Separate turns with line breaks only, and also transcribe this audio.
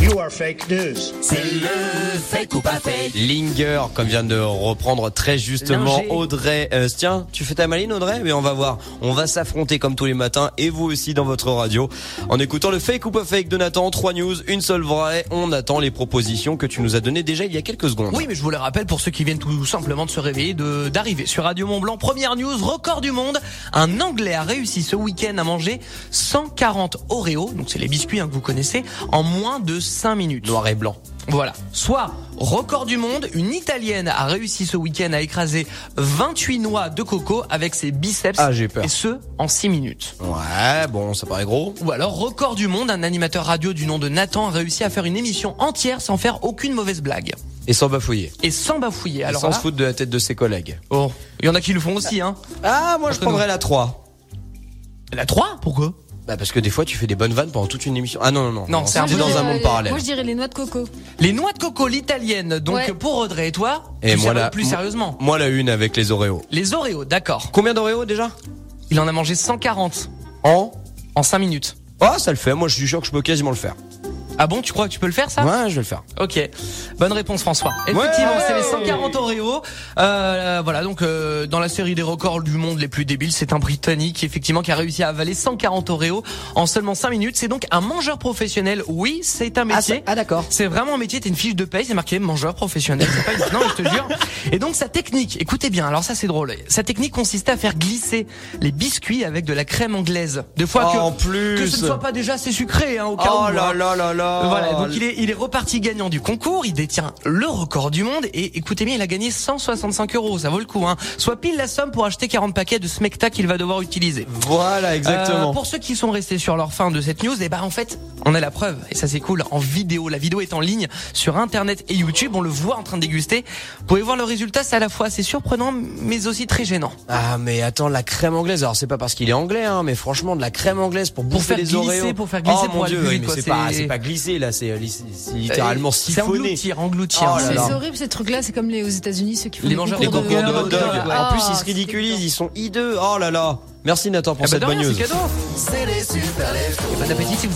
You are fake news.
C'est le fake ou pas fake.
Linger, comme vient de reprendre très justement
Linger.
Audrey. Euh, tiens, tu fais ta maline Audrey Mais on va voir. On va s'affronter comme tous les matins et vous aussi dans votre radio en écoutant le fake ou pas fake de Nathan. Trois news, une seule vraie. On attend les propositions que tu nous as données déjà il y a quelques secondes.
Oui, mais je vous le rappelle pour ceux qui viennent tout simplement de se réveiller, de d'arriver sur Radio Mont Blanc. Première news, record du monde. Un Anglais a réussi ce week-end à manger 140 Oreo, donc c'est les biscuits hein, que vous connaissez, en moins de 5 minutes.
Noir et blanc.
Voilà. Soit record du monde, une Italienne a réussi ce week-end à écraser 28 noix de coco avec ses biceps.
Ah, j'ai peur.
Et ce, en 6 minutes.
Ouais, bon, ça paraît gros.
Ou alors, record du monde, un animateur radio du nom de Nathan a réussi à faire une émission entière sans faire aucune mauvaise blague.
Et sans bafouiller.
Et sans bafouiller.
Alors
Alors
sans
là-
se foutre de la tête de ses collègues.
Oh, il y en a qui le font aussi, hein.
Ah, moi je
Entre
prendrais
nous.
la 3.
La 3 Pourquoi
Bah parce que des fois tu fais des bonnes vannes pendant toute une émission. Ah non non non.
Non, c'est un
t'es
peu-
dans un
Euh,
monde
les-
parallèle.
Moi, je dirais les noix de coco.
Les noix de coco, l'italienne. Donc,
Ouais.
pour Audrey et toi,
Et
plus
moi
sérieux-
la
plus sérieusement.
Moi la une avec les Oreos.
Les Oreos, d'accord.
Combien d'Oreos déjà
Il en a mangé 140
En
en 5 minutes.
Ah, ça le fait. Moi, je suis sûr que je peux quasiment le faire.
Ah bon, tu crois que tu peux le faire ça
Ouais, je vais le faire.
Ok, bonne réponse François. Effectivement,
Ouais
c'est les 140 Oreo. Euh, voilà, donc euh, dans la série des records du monde les plus débiles, c'est un Britannique effectivement qui a réussi à avaler 140 Oreo en seulement 5 minutes. C'est donc un mangeur professionnel. Oui, c'est un métier.
Ah, d'accord.
C'est vraiment un métier, t'as une fiche de paye, c'est marqué mangeur professionnel. C'est pas une- Non, je te jure. Et donc sa technique, écoutez bien, alors ça c'est drôle. Sa technique consistait à faire glisser les biscuits avec de la crème anglaise. De fois
Oh,
que,
en plus.
que ce ne soit pas déjà assez sucré, hein, au cas
Oh
où. hein.
là là là là.
Voilà, donc il est, il est reparti gagnant du concours, il détient le record du monde et écoutez bien, il a gagné 165 euros, ça vaut le coup, hein. soit pile la somme pour acheter 40 paquets de smecta qu'il va devoir utiliser.
Voilà, exactement.
Euh, pour ceux qui sont restés sur leur fin de cette news, et ben en fait, on a la preuve et ça c'est cool en vidéo. La vidéo est en ligne sur internet et YouTube. On le voit en train de déguster. Vous pouvez voir le résultat, c'est à la fois assez surprenant mais aussi très gênant.
Ah mais attends, la crème anglaise. Alors c'est pas parce qu'il est anglais, hein, mais franchement, de la crème anglaise pour bouffer
faire
des
glisser,
Oreos.
pour faire glisser,
oh,
pour
mon
aller
dieu,
plus
oui,
vite,
mais
quoi,
c'est pas,
c'est-
c'est pas glissé là, c'est, euh, li- c'est littéralement
C'est hein.
siphonné.
engloutir, engloutir.
Oh là
c'est-
là.
C'est horrible ces trucs-là, c'est comme les aux États-Unis ceux qui font
Les
des
mangeurs
Les
de
concours de hot
hot-dog,
dog.
ouais.
En
Ah,
plus, ils se
c'est
ridiculisent,
dégoûtant.
ils sont hideux. Oh là là. Merci Nathan pour
Ah bah
cette
de
bonne
rien,
news.
c'est cadeau. Bon appétit si vous